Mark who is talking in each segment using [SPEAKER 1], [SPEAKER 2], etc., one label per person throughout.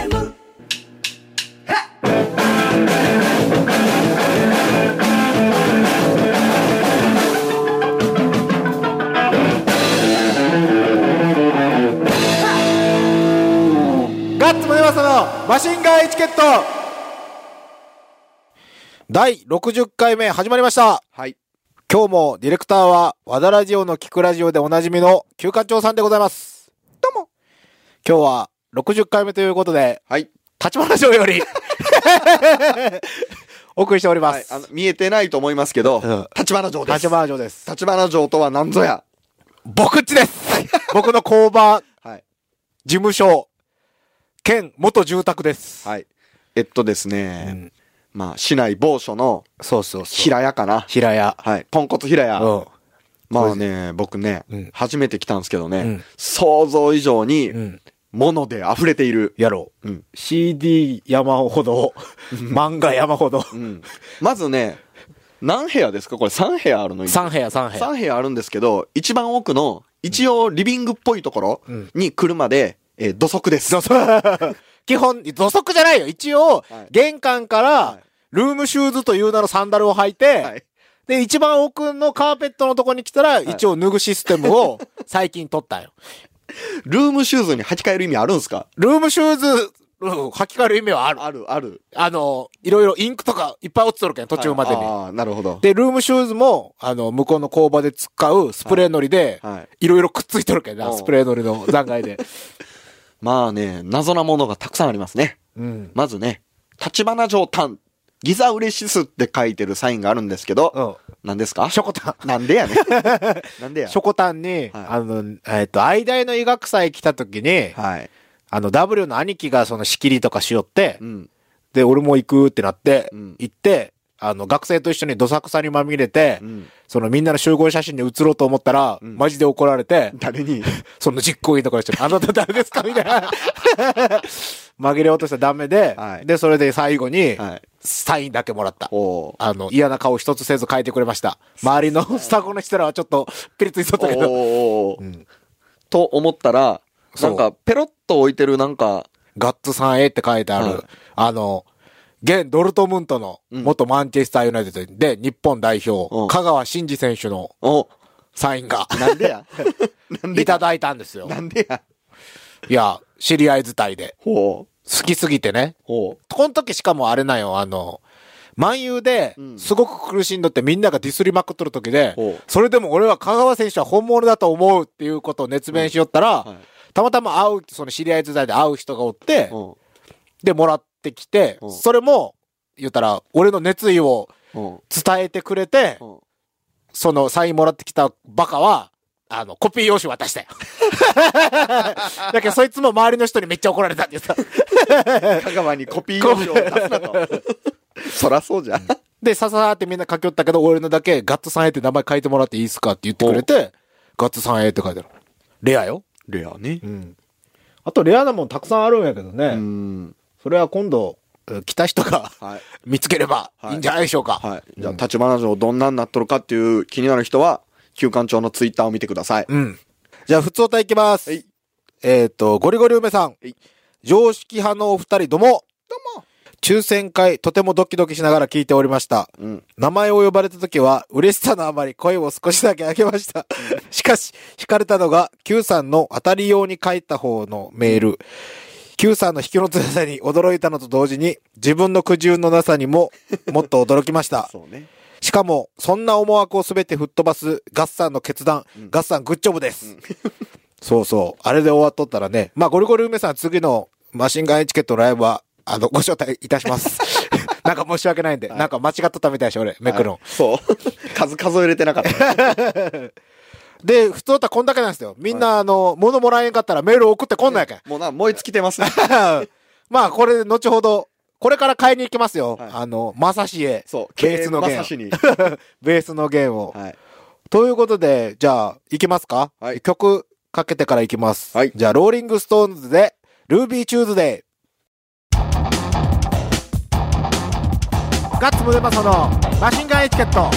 [SPEAKER 1] J-O-E-U-F-M
[SPEAKER 2] ガッツムネマサのマシンガーエチケット第60回目始まりました
[SPEAKER 3] はい。
[SPEAKER 2] 今日もディレクターは和田ラジオの聞くラジオでおなじみの休館長さんでございますどうも今日は60回目ということで
[SPEAKER 3] はい。
[SPEAKER 2] 立花城より お送りしておりま
[SPEAKER 3] はい。
[SPEAKER 2] す、
[SPEAKER 3] あの、見えてないと思いますけど
[SPEAKER 2] うん、
[SPEAKER 3] 立花城です。
[SPEAKER 2] 立花城です
[SPEAKER 3] 立花城とは何ぞや。
[SPEAKER 2] 僕っちです 僕の工場
[SPEAKER 3] はい。
[SPEAKER 2] 事務所兼元住宅です、
[SPEAKER 3] はい。えっとです
[SPEAKER 2] う
[SPEAKER 3] ね
[SPEAKER 2] ん、
[SPEAKER 3] まあ、市内某所の
[SPEAKER 2] そうそうそう
[SPEAKER 3] 平屋かな。
[SPEAKER 2] 平屋
[SPEAKER 3] はい。ポンコツ平屋。
[SPEAKER 2] うん
[SPEAKER 3] まあね、僕ね
[SPEAKER 2] うん、
[SPEAKER 3] 初めて来たんですけど
[SPEAKER 2] う
[SPEAKER 3] ね
[SPEAKER 2] ん、
[SPEAKER 3] 想像以上に
[SPEAKER 2] うん、
[SPEAKER 3] 物で溢れている。
[SPEAKER 2] やろう。
[SPEAKER 3] うん
[SPEAKER 2] CD 山ほど、漫画山ほど。
[SPEAKER 3] うん。まずね、何部屋ですかこれ3部屋あるの
[SPEAKER 2] 3部屋、3部屋。
[SPEAKER 3] 3部屋あるんですけど、一番奥の、一応リビングっぽいところ
[SPEAKER 2] うん
[SPEAKER 3] に車で、えー土足です。
[SPEAKER 2] 土足基本、土足じゃないよ。一応
[SPEAKER 3] はい、
[SPEAKER 2] 玄関から
[SPEAKER 3] い、
[SPEAKER 2] ルームシューズという名のサンダルを履いて、
[SPEAKER 3] はい。
[SPEAKER 2] で、一番奥のカーペットのとこに来たら、一応脱ぐシステム を最近取ったよ。
[SPEAKER 3] ルームシューズに履き替える意味あるんすか
[SPEAKER 2] ルームシューズ、うん履き替える意味はある。
[SPEAKER 3] ある、ある。
[SPEAKER 2] あの、いろいろインクとかいっぱい落ちとるけん、途中までに。
[SPEAKER 3] ああ、なるほど。
[SPEAKER 2] で、ルームシューズも、あの、向こうの工場で使うスプレーのりで、
[SPEAKER 3] はい。
[SPEAKER 2] いろいろくっついとるけど
[SPEAKER 3] う
[SPEAKER 2] な、
[SPEAKER 3] ん
[SPEAKER 2] スプレーのりの残骸 で。
[SPEAKER 3] まあね、謎なものがたくさんありますね。
[SPEAKER 2] うん。
[SPEAKER 3] まずね、立花城丹、ギザウレシスって書いてるサインがあるんですけど、
[SPEAKER 2] うん。
[SPEAKER 3] 何ですか
[SPEAKER 2] ショコタ
[SPEAKER 3] なんでや ねん。なんで
[SPEAKER 2] ン。
[SPEAKER 3] や
[SPEAKER 2] シ。ョコタンに、あの、えっ、と、愛大の医学祭来た時に、
[SPEAKER 3] はい。
[SPEAKER 2] あの、W の兄貴がその仕切りとかしよって、
[SPEAKER 3] うん。
[SPEAKER 2] で、俺も行くってなって、
[SPEAKER 3] うん
[SPEAKER 2] 行って、あの、学生と一緒にどさくさにまみれて、
[SPEAKER 3] うん
[SPEAKER 2] そのみんなの集合写真に写ろうと思ったら、
[SPEAKER 3] ん
[SPEAKER 2] マジで怒られて、
[SPEAKER 3] 誰に
[SPEAKER 2] その実行委員とかの人に、あなた誰ですかみたい な。紛れ落としたらダメで、
[SPEAKER 3] はい
[SPEAKER 2] で、それで最後に、
[SPEAKER 3] はい。
[SPEAKER 2] サインだけもらった。
[SPEAKER 3] おー
[SPEAKER 2] あの、嫌な顔一つせず書いてくれました。周りのスタコの人らはちょっと、ピリついとったけど。
[SPEAKER 3] お
[SPEAKER 2] う
[SPEAKER 3] ー
[SPEAKER 2] ん
[SPEAKER 3] と思ったら、
[SPEAKER 2] そ
[SPEAKER 3] な
[SPEAKER 2] うん
[SPEAKER 3] か、ペロッと置いてるなんか、
[SPEAKER 2] ガッツさんへって書いてある、
[SPEAKER 3] はい
[SPEAKER 2] あの、現ドルトムントの
[SPEAKER 3] うん
[SPEAKER 2] 元マンチェスターユナイテッドで日本代表、
[SPEAKER 3] うん
[SPEAKER 2] 香川真司選手の
[SPEAKER 3] お、
[SPEAKER 2] サインが
[SPEAKER 3] なんでや なんで
[SPEAKER 2] いただいたんですよ
[SPEAKER 3] な。んでや
[SPEAKER 2] いや、知り合い伝いで。
[SPEAKER 3] ほう。
[SPEAKER 2] 好きすぎてね。
[SPEAKER 3] ほ
[SPEAKER 2] この時しかもあれなんよ、あの、漫遊で
[SPEAKER 3] う、ん
[SPEAKER 2] すごく苦しんどってみんながディスりまくっとる時で、
[SPEAKER 3] ほう
[SPEAKER 2] それでも俺は香川選手は本物だと思うっていうことを熱弁しよったら、
[SPEAKER 3] う。はい。
[SPEAKER 2] たまたま会う、その知り合い時代で会う人がおって、
[SPEAKER 3] うん。
[SPEAKER 2] で、もらってきて
[SPEAKER 3] う、ん
[SPEAKER 2] それも、言ったら、俺の熱意を
[SPEAKER 3] うん。
[SPEAKER 2] 伝えてくれて、
[SPEAKER 3] うん
[SPEAKER 2] そのサインもらってきたバカは、あの、コピー用紙渡 したよ。だけど、そいつも周りの人にめっちゃ怒られたって言ってた。
[SPEAKER 3] 香川にコピー用紙を出すなと。 そらそうじゃん。
[SPEAKER 2] で、ささーってみんな書き寄ったけど、俺のだけ、ガッツさんへって名前書いてもらっていいっすかって言ってくれて、ガッツさんへって書いてある。レアよ。
[SPEAKER 3] レアね。
[SPEAKER 2] うん。あと、レアなもんたくさんあるんやけどね。
[SPEAKER 3] うん。
[SPEAKER 2] それは今度、え来た人が
[SPEAKER 3] はい。
[SPEAKER 2] 見つければいいんじゃないでしょうか。
[SPEAKER 3] はい。じゃあ、立花城どんなんなっとるかっていう気になる人は、旧館長のツイッターを見てください。
[SPEAKER 2] うん。じゃあ、普通歌いきます。
[SPEAKER 3] はい
[SPEAKER 2] えっ、と、ゴリゴリ梅さん。
[SPEAKER 3] はい
[SPEAKER 2] 常識派のお二人、どうも。
[SPEAKER 3] どうも。
[SPEAKER 2] 抽選会、とてもドキドキしながら聞いておりました。
[SPEAKER 3] うん。
[SPEAKER 2] 名前を呼ばれた時は、嬉しさのあまり声を少しだけ上げました。しかし、惹かれたのが、Q さんの当たり用に書いた方のメール。Q さんの引きの強さに驚いたのと同時に、自分の苦渋のなさにも、もっと驚きま した。
[SPEAKER 3] そうね。
[SPEAKER 2] しかも、そんな思惑をすべて吹っ飛ばすガッサンの決断、ガッサングッジョブです。そうそう。あれで終わっとったらね。まあ、ゴリゴリ梅さん次のマシンガンエチケットのライブは、あの、ご招待いたし ます。なんか申し訳ないんで、なんか間違っとったみたいでしょ、俺、めくるん。
[SPEAKER 3] はいそう。数数えれてなか った。
[SPEAKER 2] で、普通だったらこんだけなんですよ。みんな、あの、物もらえんかったらメール送ってこんないけん。
[SPEAKER 3] もうな、燃え尽きてますね。
[SPEAKER 2] まあ、これ、後ほど、これから買いに行きますよ。
[SPEAKER 3] はい
[SPEAKER 2] あの、まさしへ。
[SPEAKER 3] そう。
[SPEAKER 2] ベースの
[SPEAKER 3] ま
[SPEAKER 2] 弦を
[SPEAKER 3] さ。しに。
[SPEAKER 2] ベースの弦を。
[SPEAKER 3] はい。
[SPEAKER 2] ということで、じゃあ、行きますか
[SPEAKER 3] はい
[SPEAKER 2] 曲かけてから行きます。
[SPEAKER 3] はい
[SPEAKER 2] じゃあ、ローリングストーンズで、ルービーチューズデー。ガッツムネマソのマシンガンエチケット。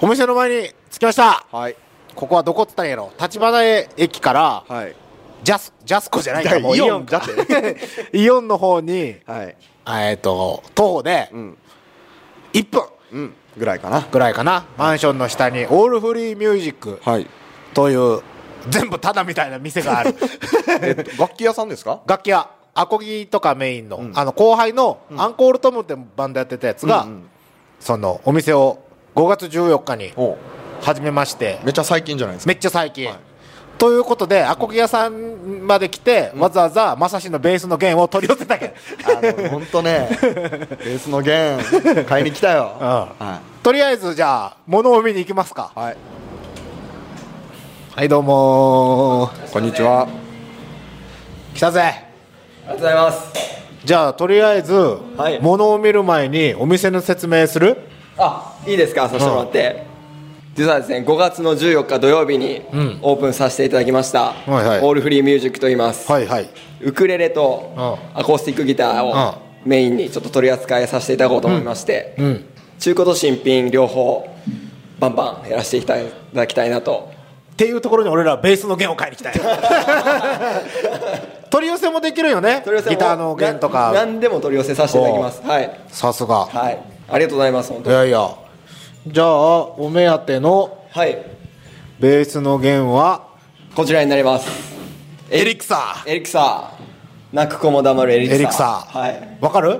[SPEAKER 2] お店の前に着きました。
[SPEAKER 3] はい。
[SPEAKER 2] ここはどこっつったらいいやろ立花駅から、
[SPEAKER 4] はい。
[SPEAKER 2] ジャス、ジャスコじゃないか、もう
[SPEAKER 4] い
[SPEAKER 2] イ
[SPEAKER 4] や
[SPEAKER 2] オンか。
[SPEAKER 4] イオンだ
[SPEAKER 2] イオンの方に、
[SPEAKER 4] はい。
[SPEAKER 2] あえっ、と、徒歩で
[SPEAKER 4] うん。
[SPEAKER 2] 1分
[SPEAKER 4] うん。ぐらいかな。
[SPEAKER 2] ぐらいかな、マンションの下に、オールフリーミュージック
[SPEAKER 4] はい。
[SPEAKER 2] という、全部タダみたいな店があ る。
[SPEAKER 4] えっと、楽器屋さんですか
[SPEAKER 2] 楽器屋アコギとかメインの,、あの後輩のアンコールトムってバンドやってたやつが、
[SPEAKER 4] うんうん
[SPEAKER 2] そのお店を5月14日に
[SPEAKER 4] お
[SPEAKER 2] 始めまして
[SPEAKER 4] めっちゃ最近じゃないですか。
[SPEAKER 2] めっちゃ最近、
[SPEAKER 4] はい
[SPEAKER 2] ということでアコギ屋さんまで来て、わざわざまさしのベースの弦を取り寄せた けん
[SPEAKER 4] あの、ほんとね、ベースの弦、買いに来たよ。は
[SPEAKER 2] とりあえずじゃあ物を見に行きますか
[SPEAKER 4] い。はい。
[SPEAKER 2] はいどうもー
[SPEAKER 4] こんにちは。
[SPEAKER 2] 来たぜ
[SPEAKER 3] ありがとうございます
[SPEAKER 2] じゃあとりあえず、
[SPEAKER 3] い
[SPEAKER 2] 物を見る前にお店の説明する
[SPEAKER 3] あいいですかさせてもらって、実はですね5月の14日土曜日に
[SPEAKER 2] ん
[SPEAKER 3] オープンさせていただきました、
[SPEAKER 2] はいはい
[SPEAKER 3] オールフリーミュージックと言います、
[SPEAKER 2] はいはい
[SPEAKER 3] ウクレレと
[SPEAKER 2] う
[SPEAKER 3] アコースティックギターをメインにちょっと取り扱いさせていただこうと思いまして、
[SPEAKER 2] うんうん
[SPEAKER 3] 中古と新品両方バンバンやらせていただきたいなと
[SPEAKER 2] っていうところに俺らベースの弦を買いに来たい 取り寄せもできるよね
[SPEAKER 3] 取り寄せも
[SPEAKER 2] ギターの弦と
[SPEAKER 3] な
[SPEAKER 2] か
[SPEAKER 3] 何でも取り寄せさせていただきますはい、
[SPEAKER 2] さすが、
[SPEAKER 3] はい、ありがとうございます本
[SPEAKER 2] い、
[SPEAKER 3] 当に
[SPEAKER 2] やいやじゃあお目当ての
[SPEAKER 3] はい
[SPEAKER 2] ベースの弦は
[SPEAKER 3] こちらになります
[SPEAKER 2] エリクサ
[SPEAKER 3] エリクサー泣く子も黙るエリ
[SPEAKER 2] ー
[SPEAKER 3] クサー
[SPEAKER 2] エリクサー
[SPEAKER 3] はい
[SPEAKER 2] わかる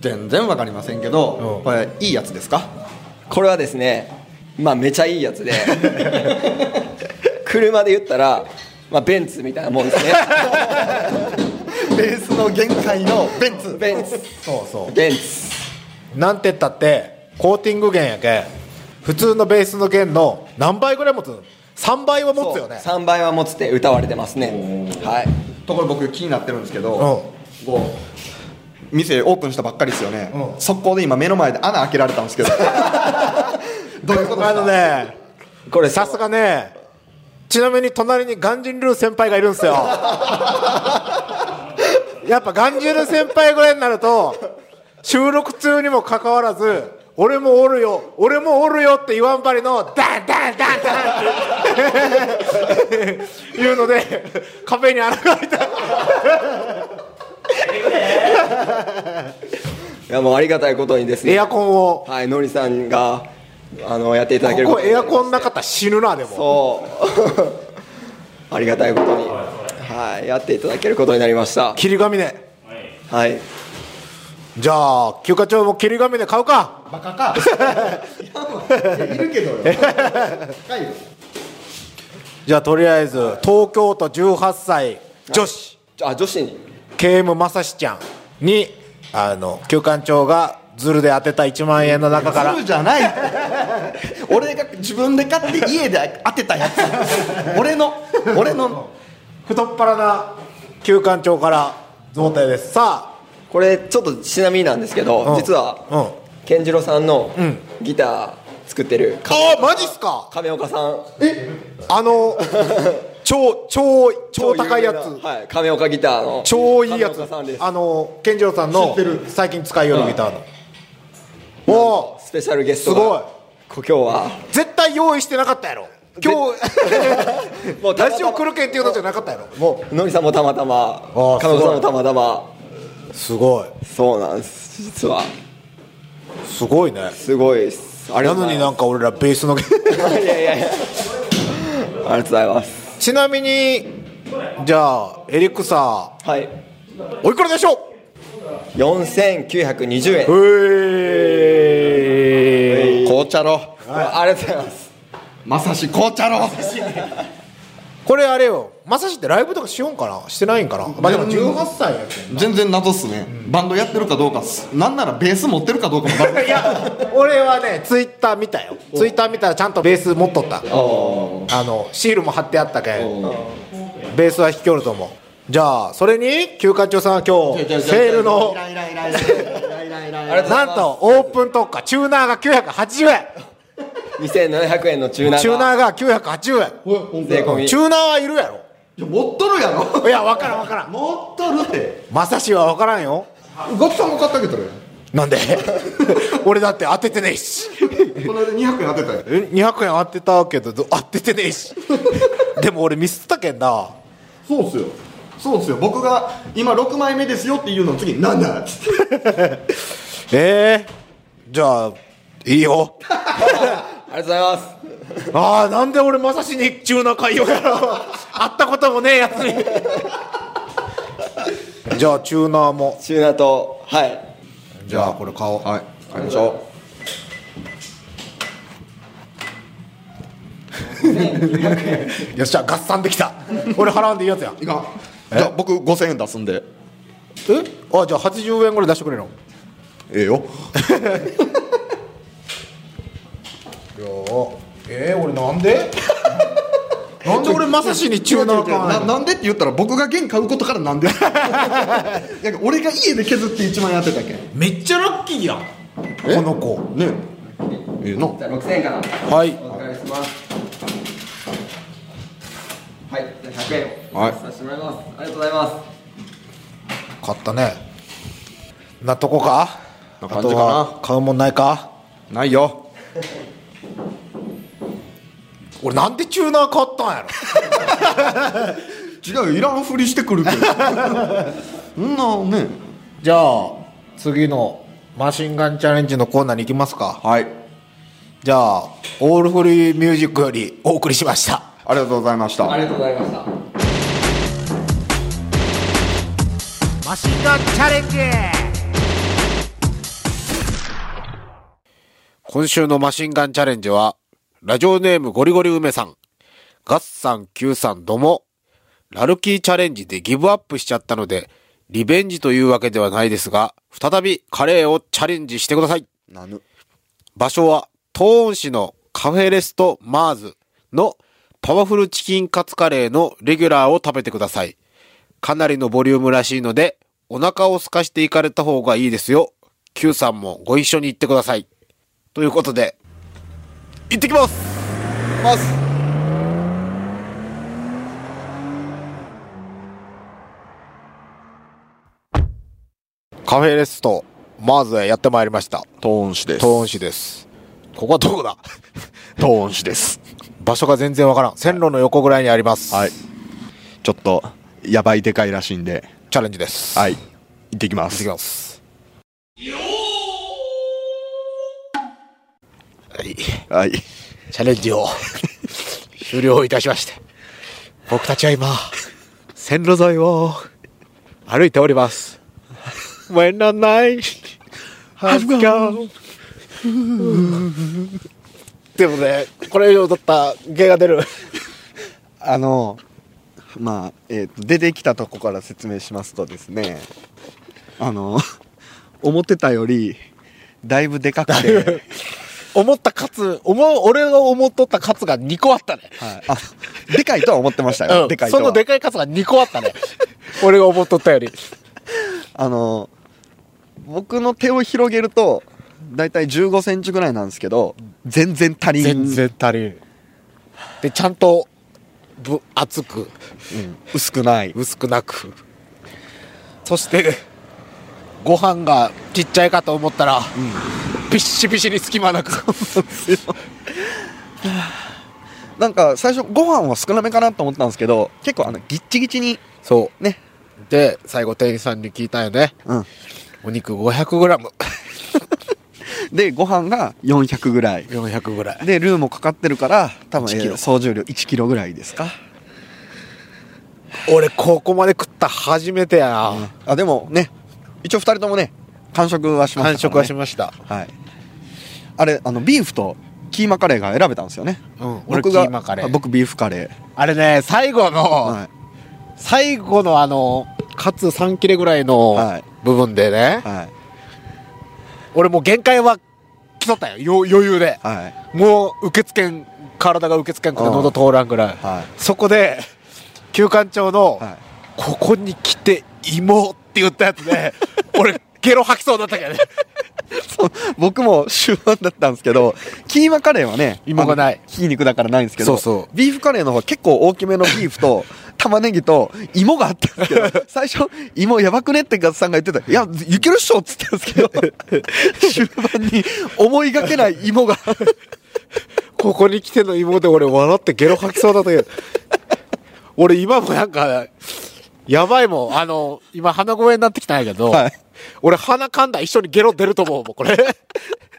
[SPEAKER 4] 全然わかりませんけど
[SPEAKER 2] うん
[SPEAKER 4] これ、いいやつですか
[SPEAKER 3] これはですねまあめちゃいいや つで車で言ったら、まあ、ベンツみたいなもんですね
[SPEAKER 4] ベースの限界のベンツ
[SPEAKER 3] ベンツ
[SPEAKER 2] そうそ
[SPEAKER 3] ベンツ
[SPEAKER 2] うなんてったってコーティング弦やけん普通のベースの弦の何倍ぐらい持つ3倍は持つよね
[SPEAKER 3] 3倍は持つって歌われてますねはい
[SPEAKER 4] ところ僕気になってるんですけ
[SPEAKER 2] う
[SPEAKER 4] ど、こう店オープンしたばっかりですよね、
[SPEAKER 2] うん
[SPEAKER 4] 速攻で今目の前で穴開けられたんですけどどういうことで
[SPEAKER 2] あ
[SPEAKER 4] す
[SPEAKER 2] の
[SPEAKER 4] か、
[SPEAKER 2] ね
[SPEAKER 3] これ
[SPEAKER 2] さすがねちなみに隣にガンジンルー先輩がいるん ですよやっぱガンジンルー先輩ぐらいになると収録中にもかかわらず俺もおるよ俺もおるよって言わんばりのダンダンダンダンっていうので壁に穴が開いた
[SPEAKER 3] いやもうありがたいことにですね
[SPEAKER 2] エアコンを
[SPEAKER 3] はいのりさんがあのやっていただける
[SPEAKER 2] ここ
[SPEAKER 3] に
[SPEAKER 2] エアコンなかったら死ぬなでも
[SPEAKER 3] そう ありがたいことにはいやっていただけることになりました
[SPEAKER 2] 霧紙ね
[SPEAKER 3] はい
[SPEAKER 2] じゃあ休暇帳も霧紙で買うか
[SPEAKER 4] バカかいやいるけどよ高いよ
[SPEAKER 2] じゃあとりあえず東京都18歳女子
[SPEAKER 3] あ女子に
[SPEAKER 2] KM 正志ちゃんにあの旧館長がズルで当てた1万円の中から
[SPEAKER 4] そうじゃないって俺が自分で買って家で当てたやつ俺の俺の
[SPEAKER 2] 太っ腹な旧館長から贈呈ですさ
[SPEAKER 3] これちょっとちなみになんですけど、
[SPEAKER 2] あ、うん
[SPEAKER 3] 実は、
[SPEAKER 2] うん
[SPEAKER 3] 健次郎さんの
[SPEAKER 2] ん
[SPEAKER 3] ギター作ってる
[SPEAKER 2] ああマジっすか
[SPEAKER 3] 亀岡さん
[SPEAKER 2] あ の超超超高いや
[SPEAKER 3] 有名
[SPEAKER 2] つ
[SPEAKER 3] なはい、亀岡ギターの
[SPEAKER 2] 超いいやつ
[SPEAKER 3] 亀岡さんです
[SPEAKER 2] あの健次郎さんの最近使いよるギターのおお
[SPEAKER 3] スペシャルゲ
[SPEAKER 2] す
[SPEAKER 3] スト
[SPEAKER 2] ごい
[SPEAKER 3] がこ今日は
[SPEAKER 2] 絶対用意してなかったやろ今日
[SPEAKER 3] もうたまた ま
[SPEAKER 2] ラジオ来るけんっていうのじゃなかったやろ
[SPEAKER 3] もうのりさんもたまたま
[SPEAKER 2] あ
[SPEAKER 3] 亀
[SPEAKER 2] すご
[SPEAKER 3] 岡さんも
[SPEAKER 2] い
[SPEAKER 3] たまたます
[SPEAKER 2] ごい
[SPEAKER 3] そうなんです実は
[SPEAKER 2] すごいね
[SPEAKER 3] すごいですあり
[SPEAKER 2] なの
[SPEAKER 3] がとうござ
[SPEAKER 2] に
[SPEAKER 3] い
[SPEAKER 2] な
[SPEAKER 3] ま
[SPEAKER 2] んか俺らベースの
[SPEAKER 3] すいやいやいやありがとうございます
[SPEAKER 2] ちなみにじゃあエリクサ
[SPEAKER 3] はい
[SPEAKER 2] ーおいくらでしょ
[SPEAKER 3] 4920円
[SPEAKER 2] うへえ
[SPEAKER 4] 紅茶ろ
[SPEAKER 3] ありがとうございます
[SPEAKER 4] まさし紅茶ろ
[SPEAKER 2] これあれよまさしってライブとかしようんかなしてないんかなまあでも18歳やけ
[SPEAKER 4] 全然謎っすね、バンドやってるかどうかっすなんならベース持ってるかどうかも謎っす
[SPEAKER 2] んいや俺はねツイッター見たよツイッター見たらちゃんとベース持っとったあのシールも貼ってあったけんベースは引きおると思うじゃあそれに休館長さんは今日セールの
[SPEAKER 4] いらいらいらいらいらいらいら
[SPEAKER 3] ありがとうござ
[SPEAKER 2] ないん
[SPEAKER 3] ま
[SPEAKER 2] とオープン特価チューナーが980円
[SPEAKER 3] す2700円のチューナーが
[SPEAKER 2] チューナーが980円
[SPEAKER 3] 税込み
[SPEAKER 2] チューナーはいるや
[SPEAKER 4] いや持っとるやろ
[SPEAKER 2] ろいや分からん分からん
[SPEAKER 4] 持っとるって
[SPEAKER 2] まさしは分からんよ
[SPEAKER 4] ガクさんも買ってあげてるや
[SPEAKER 2] な
[SPEAKER 4] ん
[SPEAKER 2] んで俺だって当ててねえし
[SPEAKER 3] この間200円当てたよ
[SPEAKER 2] え200円当てたけどど当ててねえしでも俺ミスったけんな
[SPEAKER 3] そうっすよそうっすよ僕が今6枚目ですよっていうのの次7っつって
[SPEAKER 2] ええじゃあいいよ
[SPEAKER 5] ありがとうございます
[SPEAKER 2] ああなんで俺まさしに急な会話やろ会ったこともねえやつにじゃあチューナーも
[SPEAKER 5] 中ナとはい
[SPEAKER 2] じゃあこれ買おう
[SPEAKER 3] はい
[SPEAKER 5] 買いましょ
[SPEAKER 2] よっしゃ合算できた俺払わんでいいやつや
[SPEAKER 3] いかんじゃあ僕5000円出すんで
[SPEAKER 2] えあじゃあ80円ぐらい出してくれるの
[SPEAKER 3] ええよ
[SPEAKER 2] よえー、俺なん でなんで俺まさしにチューナー買わない
[SPEAKER 3] な
[SPEAKER 2] の
[SPEAKER 3] なんでって言ったら僕が弦買うことからなん でなんか俺が家で削って1万円当てたけん
[SPEAKER 2] めっちゃラッキーやんこの子
[SPEAKER 3] ねえええな
[SPEAKER 5] うじゃあ6000円から
[SPEAKER 2] はい
[SPEAKER 5] お疲れ様はいじゃあ100円
[SPEAKER 3] はい
[SPEAKER 5] させてもらいますありがとうございます
[SPEAKER 2] 買ったねなとこかあ
[SPEAKER 3] な感
[SPEAKER 2] と
[SPEAKER 3] じかな
[SPEAKER 2] は買うもんないか
[SPEAKER 3] ないよ
[SPEAKER 2] 俺なんでチューナー買ったんやろ
[SPEAKER 3] 違うよいらんふりしてく るけどそんなね
[SPEAKER 2] じゃあ次のマシンガンチャレンジのコーナーに行きますか
[SPEAKER 3] はい
[SPEAKER 2] じゃあオールフリーミュージックよりお送りしました
[SPEAKER 3] ありがとうございました
[SPEAKER 5] ありがとうございました
[SPEAKER 2] マシンガンチャレンジ今週のマシンガンチャレンジは、ラジオネームゴリゴリ梅さん、ガッサン Q さんどうも、ラルキーチャレンジでギブアップしちゃったので、リベンジというわけではないですが、再びカレーをチャレンジしてください。
[SPEAKER 3] なぬ
[SPEAKER 2] 場所は、東温市のカフェレストマーズのパワフルチキンカツカレーのレギュラーを食べてください。かなりのボリュームらしいので、お腹を空かしていかれた方がいいですよ。Q さんもご一緒に行ってください。ということで、行ってきますカフェレストマーズへやってまいりました。
[SPEAKER 3] トーン氏です
[SPEAKER 2] 東温市です。ここはどこだ
[SPEAKER 3] トーン氏です
[SPEAKER 2] 場所が全然わからん。線路の横ぐらいにあります。
[SPEAKER 3] はいちょっとやばいでかいらしいんで
[SPEAKER 2] チャレンジです。。
[SPEAKER 3] はいい行ってきま
[SPEAKER 2] 行って
[SPEAKER 3] す
[SPEAKER 2] きます。はい。
[SPEAKER 3] はい
[SPEAKER 2] チャレンジを 終了いたしまして、僕たちは今、線路沿いを歩いております。When a night has gone. ということで、これ以上だった芸が出る。
[SPEAKER 3] あのまあ、えーと出てきたとこから説明しますとですねあの思ってたよりだいぶでかくて、
[SPEAKER 2] 思ったカツ、思う、俺が思っとったカツが2個あったね。
[SPEAKER 3] はい、あでかいとは思ってましたよ、
[SPEAKER 2] うん
[SPEAKER 3] でかいと
[SPEAKER 2] そ
[SPEAKER 3] は
[SPEAKER 2] のでかいカツが2個あったね。 俺が思っとったより。
[SPEAKER 3] あの僕の手を広げるとだいたい1 5センチぐらいなんですけど全然足りん
[SPEAKER 2] 全然足りん。で、ちゃんと、ぶ、厚く、
[SPEAKER 3] うん薄くない
[SPEAKER 2] 薄くなく。そして、ご飯がちっちゃいかと思ったら、ピッシピシに隙間なく。
[SPEAKER 3] なんか最初ご飯は少なめかなと思ったんですけど結構あのギッチギチに
[SPEAKER 2] そ
[SPEAKER 3] ね
[SPEAKER 2] う。で、最後店員さんに聞いたよね。
[SPEAKER 3] うん
[SPEAKER 2] お肉 500g。
[SPEAKER 3] でご飯が400ぐらい
[SPEAKER 2] 400ぐらい。
[SPEAKER 3] でルーもかかってるから多分
[SPEAKER 2] 1キロ
[SPEAKER 3] えー総重量1キロぐらいですか
[SPEAKER 2] 俺、ここまで食った初めてやな。
[SPEAKER 3] あでもね一応2人ともね完食はしましたからね、
[SPEAKER 2] 完食はしました。
[SPEAKER 3] はいあれあのビーフとキーマカレーが選べたんですよね、
[SPEAKER 2] うん俺
[SPEAKER 3] 僕が
[SPEAKER 2] キーマカレー
[SPEAKER 3] あ僕ビーフカレ
[SPEAKER 2] あれね、最後の、
[SPEAKER 3] ー、はい
[SPEAKER 2] 最後のあの、カツ3切れぐらいの
[SPEAKER 3] はい
[SPEAKER 2] 部分でね、
[SPEAKER 3] はい
[SPEAKER 2] 俺もう限界は来とったよよ、余裕で。
[SPEAKER 3] はい
[SPEAKER 2] もう受け付けん、体が受け付けんくて
[SPEAKER 3] うん
[SPEAKER 2] 喉通らんぐらい。
[SPEAKER 3] はい
[SPEAKER 2] そこで、旧館長の、
[SPEAKER 3] はい
[SPEAKER 2] ここに来て芋って言ったやつで、 俺、ゲロ吐きそうになったけどね。
[SPEAKER 3] そう僕も終盤だったんですけどキーマカレーはね
[SPEAKER 2] 芋がない
[SPEAKER 3] あのひき肉だからないんですけど
[SPEAKER 2] そうそう
[SPEAKER 3] ビーフカレーの方は結構大きめのビーフと玉ねぎと芋があったんですけど、最初、芋やばくねってガッツさんが言ってた。いや、いけるっしょっつったんです けど、終盤に思いがけない芋が。
[SPEAKER 2] ここに来ての芋で俺笑ってゲロ吐きそうだったけど。俺今もなんか、やばいもん。あの、今鼻声になってきたんやけど、
[SPEAKER 3] はい
[SPEAKER 2] 俺鼻噛んだら一緒にゲロ出ると思うもん、こ れ。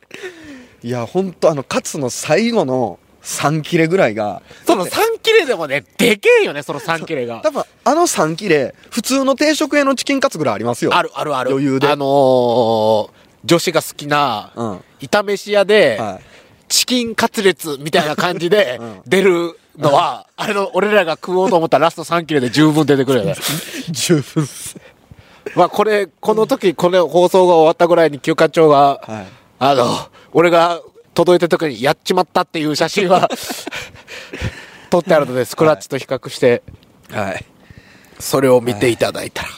[SPEAKER 3] いや、ほんとあの、カツの最後の3切れぐらいが、
[SPEAKER 2] その3切れでもね、でけえよね、その3切れが。
[SPEAKER 3] 多分あの3切れ、普通の定食屋のチキンカツぐらいありますよ。
[SPEAKER 2] あるあるある。
[SPEAKER 3] 余裕で。
[SPEAKER 2] あのー、女子が好きな、
[SPEAKER 3] うん
[SPEAKER 2] 炒めし屋で、
[SPEAKER 3] はい
[SPEAKER 2] チキンカツレツみたいな感じ で
[SPEAKER 3] ん
[SPEAKER 2] 出るのは、あれの俺らが食おうと思ったラスト3切れで十分出てくるよ ね。
[SPEAKER 3] 十分っす。
[SPEAKER 2] まあこれ、この時、この放送が終わったぐらいに休館長が、
[SPEAKER 3] はい
[SPEAKER 2] あの、俺が届いた時にやっちまったっていう写真 は、撮ってあるので、スクラッチと比較して、
[SPEAKER 3] はい。
[SPEAKER 2] それを見ていただいたら。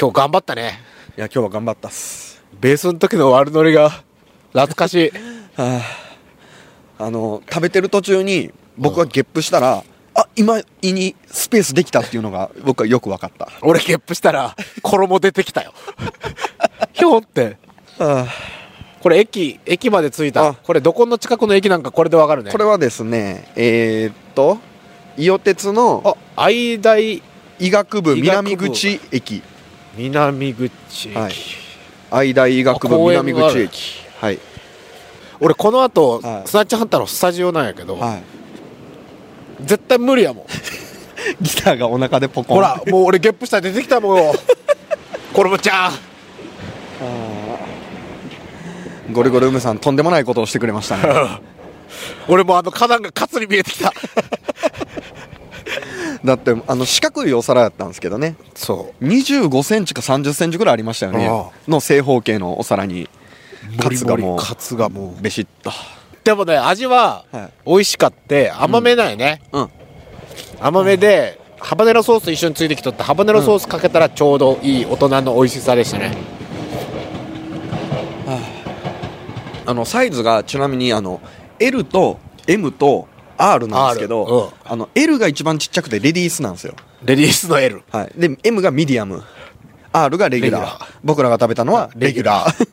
[SPEAKER 2] 今日頑張ったね。
[SPEAKER 3] いや、今日は頑張ったっす。
[SPEAKER 2] ベースの時の悪ノリが、懐かしい。
[SPEAKER 3] あの、食べてる途中に、僕はゲップしたら、あ、今、胃にスペースできたっていうのが、僕はよく分かった。
[SPEAKER 2] 俺ゲップしたら、衣出てきたよ。 ひょんって。
[SPEAKER 3] あ
[SPEAKER 2] これ駅、駅まで着いた。
[SPEAKER 3] あ
[SPEAKER 2] これどこの近くの駅なんかこれでわかるね。
[SPEAKER 3] これはですね、えーっと、伊予鉄の
[SPEAKER 2] あ、愛大
[SPEAKER 3] 医学部
[SPEAKER 2] 医学部
[SPEAKER 3] 南口駅。
[SPEAKER 2] 南口駅。
[SPEAKER 3] はい愛大医学部
[SPEAKER 2] あ公園
[SPEAKER 3] 南
[SPEAKER 2] があ
[SPEAKER 3] 口
[SPEAKER 2] る
[SPEAKER 3] 駅。はい。
[SPEAKER 2] 俺この後、
[SPEAKER 3] はい
[SPEAKER 2] スナッチハンターのスタジオなんやけど、
[SPEAKER 3] はい。
[SPEAKER 2] 絶対無理やもん。
[SPEAKER 3] ギターがお腹でポコン。
[SPEAKER 2] ほら、もう俺ゲップしたら出てきた もんよ。衣ちゃん。
[SPEAKER 3] ゴリゴリ梅さん、とんでもないことをしてくれましたね。
[SPEAKER 2] 俺もうあの花壇がカツに見えてきた。
[SPEAKER 3] だって、あの、四角いお皿やったんですけどね。
[SPEAKER 2] そう。
[SPEAKER 3] 25センチか30センチぐらいありましたよ
[SPEAKER 2] あ
[SPEAKER 3] ね。の正方形のお皿に、カツがもう、
[SPEAKER 2] カツがも
[SPEAKER 3] べしっと。
[SPEAKER 2] う。でもね、味は
[SPEAKER 3] はい
[SPEAKER 2] 美味しかって、甘めないね。
[SPEAKER 3] うん。
[SPEAKER 2] 甘めで、ハバネロソース一緒についてきとって、ハバネロソースかけたらちょうどいい大人の美味しさでしたね。
[SPEAKER 3] あの、サイズがちなみに、あの、L と M と R なんですけど、あの、L が一番ちっちゃくてレディースなんですよ。
[SPEAKER 2] レディースの L。
[SPEAKER 3] はい。で、M がミディアム。R がレギ
[SPEAKER 2] レ
[SPEAKER 3] ュラ
[SPEAKER 2] ギュラ
[SPEAKER 3] ー。僕らが食べたのはレギュ ラー。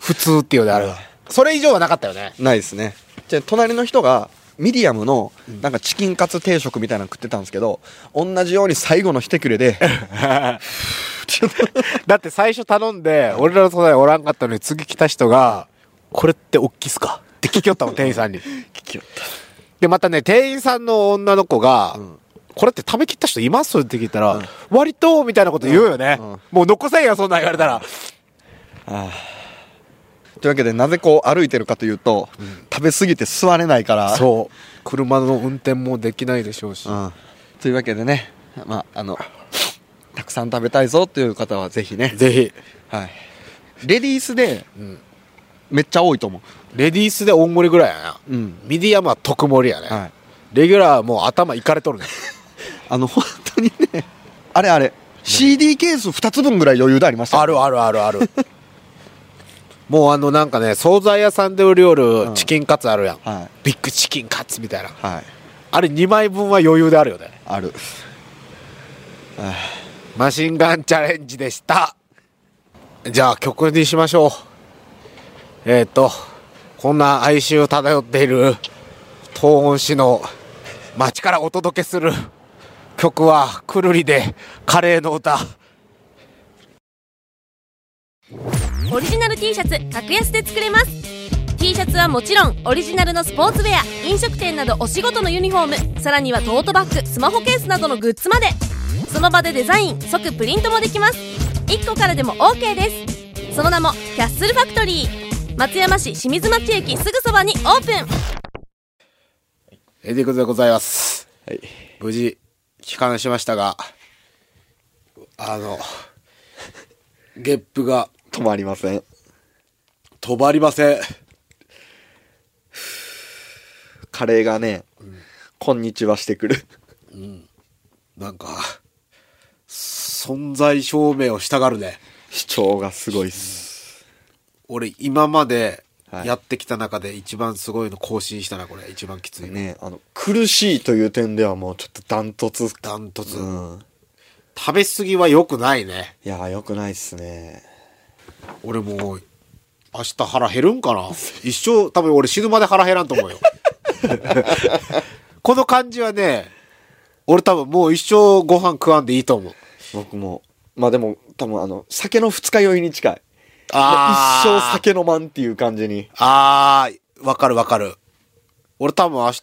[SPEAKER 2] 普通っていうのであれば。それ以上はなかったよね。
[SPEAKER 3] ないですねじゃあ隣の人がミディアムのなんかチキンカツ定食みたいなの食ってたんですけど同じように最後の一切れで
[SPEAKER 2] だって最初頼んで、俺らの世代おらんかったのに次来た人が、これっておっきいっすかって 聞きよったもん、店員さんに。で、またね、店員さんの女の子が、これって食べきった人いますって聞いたら、割と、みたいなこと言うよね。
[SPEAKER 3] うんうん
[SPEAKER 2] もう残せんよ、そんなん言われたら。
[SPEAKER 3] というわけでなぜこう歩いてるかというと、食べ過ぎて座れないから
[SPEAKER 2] そう。車の運転もできないでしょうし。
[SPEAKER 3] ん、というわけでねまああのたくさん食べたいぞという方はぜひね、
[SPEAKER 2] ぜひ、
[SPEAKER 3] はい、レディースで、めっちゃ多いと思
[SPEAKER 2] レディースで大盛りぐらいやな。
[SPEAKER 3] うん
[SPEAKER 2] ミディアムは特盛りやね。
[SPEAKER 3] う、はい、
[SPEAKER 2] レギュラーはもう頭いかれとるね。
[SPEAKER 3] あの本当にねあれあれ CD ケース2つ分ぐらい余裕でありましたよ
[SPEAKER 2] あるあるあるある もうあのなんかね惣菜屋さんで売りよる
[SPEAKER 3] ん
[SPEAKER 2] チキンカツあるやん、
[SPEAKER 3] はい
[SPEAKER 2] ビッグチキンカツみたいな
[SPEAKER 3] はい
[SPEAKER 2] あれ2枚分は余裕であるよね
[SPEAKER 3] ある
[SPEAKER 2] マシンガンチャレンジでしたじゃあ曲にしましょうえっ、ー、とこんな哀愁漂っている東音市の街からお届けする曲はくるりでカレーの歌
[SPEAKER 6] オリジナル T シャツ格安で作れます T シャツはもちろんオリジナルのスポーツウェア飲食店などお仕事のユニフォームさらにはトートバッグスマホケースなどのグッズまでその場でデザイン即プリントもできます1個からでも OK ですその名もキャッスルファクトリー松山市清水町駅すぐそばにオープン
[SPEAKER 2] エディングでございます。無事、帰還しましたが、あの、ゲップが
[SPEAKER 3] 止まりません
[SPEAKER 2] 止まりません。
[SPEAKER 3] カレーがね、こんにちはしてくる
[SPEAKER 2] なんか、存在証明をしたがるね。
[SPEAKER 3] 主張がすごいっす
[SPEAKER 2] 俺、今まで
[SPEAKER 3] はい
[SPEAKER 2] やってきた中で一番すごいの更新したな、これ。一番きついの。
[SPEAKER 3] ね、あの、苦しいという点ではもうちょっとダントツ。
[SPEAKER 2] ダントツ。
[SPEAKER 3] うん。
[SPEAKER 2] 食べ過ぎは良くないね。
[SPEAKER 3] いやー、よくないっすね。
[SPEAKER 2] 俺もう、明日腹減るんかな一生、多分俺死ぬまで腹減らんと思うよ。 この感じはね、俺多分もう一生ご飯食わんでいいと思う。
[SPEAKER 3] 僕も。まあでも、多分あの、酒の二日酔いに近い。
[SPEAKER 2] あー
[SPEAKER 3] 一生酒飲まんっていう感じに。
[SPEAKER 2] あー、わかるわかる。俺多分明日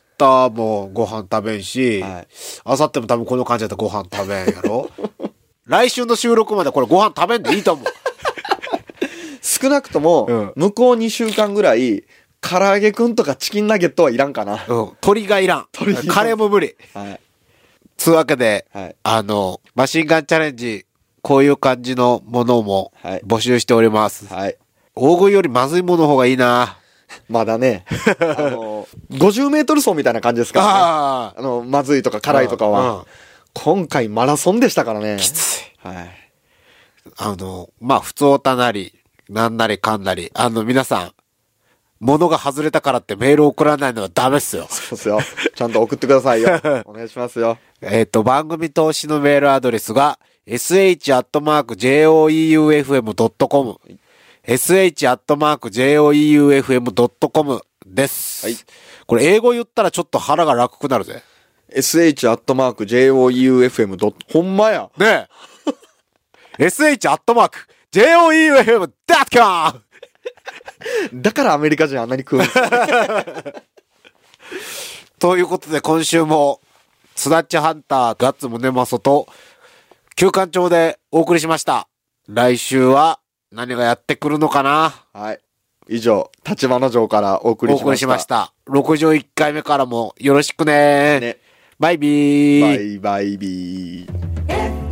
[SPEAKER 2] もご飯食べんし、
[SPEAKER 3] はい
[SPEAKER 2] 明後日も多分この感じだったらご飯食べんやろ 来週の収録までこれご飯食べんでいいと思う。
[SPEAKER 3] 少なくとも、
[SPEAKER 2] うん
[SPEAKER 3] 向こう2週間ぐらい、唐揚げくんとかチキンナゲットはいらんか な。
[SPEAKER 2] うん、鶏がいらん。
[SPEAKER 3] 鶏いらん
[SPEAKER 2] カレーも無理。
[SPEAKER 3] はい。
[SPEAKER 2] つうわけで、
[SPEAKER 3] はい
[SPEAKER 2] あの、マシンガンチャレンジ、こういう感じのものも
[SPEAKER 3] はい
[SPEAKER 2] 募集しております。
[SPEAKER 3] はい。
[SPEAKER 2] 大食いよりまずいものの方がいい な。
[SPEAKER 3] まだ ね、あの、50メートル走みたいな感じですから、ね。
[SPEAKER 2] あ
[SPEAKER 3] あの、まずいとか辛いとか
[SPEAKER 2] うん
[SPEAKER 3] は。今回マラソンでしたからね。
[SPEAKER 2] きつい。
[SPEAKER 3] はい。
[SPEAKER 2] あの、まあ、普通おたなり、なんなりかんなり、あの、皆さん、物が外れたからってメール送らないのはダメっすよ。
[SPEAKER 3] そうっすよ。ちゃんと送ってくださ いよ。お願いしますよ。
[SPEAKER 2] えっ、と、番組投資のメールアドレスが、sh.joeufm.com、sh.joeufm.com です。
[SPEAKER 3] はい
[SPEAKER 2] これ、英語言ったらちょっと腹が楽くなるぜ。
[SPEAKER 3] sh.joeufm. ほんまや。
[SPEAKER 2] ね え。sh.joeufm.com!
[SPEAKER 3] だからアメリカ人あんなに食う んですよ
[SPEAKER 2] ということで今週も、スナッチハンターガッツムネマソと、休館長でお送りしました。来週は何がやってくるのかな
[SPEAKER 3] はい。以上、立花城からお送
[SPEAKER 2] お
[SPEAKER 3] りし
[SPEAKER 2] 送
[SPEAKER 3] ま
[SPEAKER 2] り
[SPEAKER 3] し。
[SPEAKER 2] したました。61回目からもよろしくね
[SPEAKER 3] ね
[SPEAKER 2] バイビー
[SPEAKER 3] バイバイビー。
[SPEAKER 1] FMU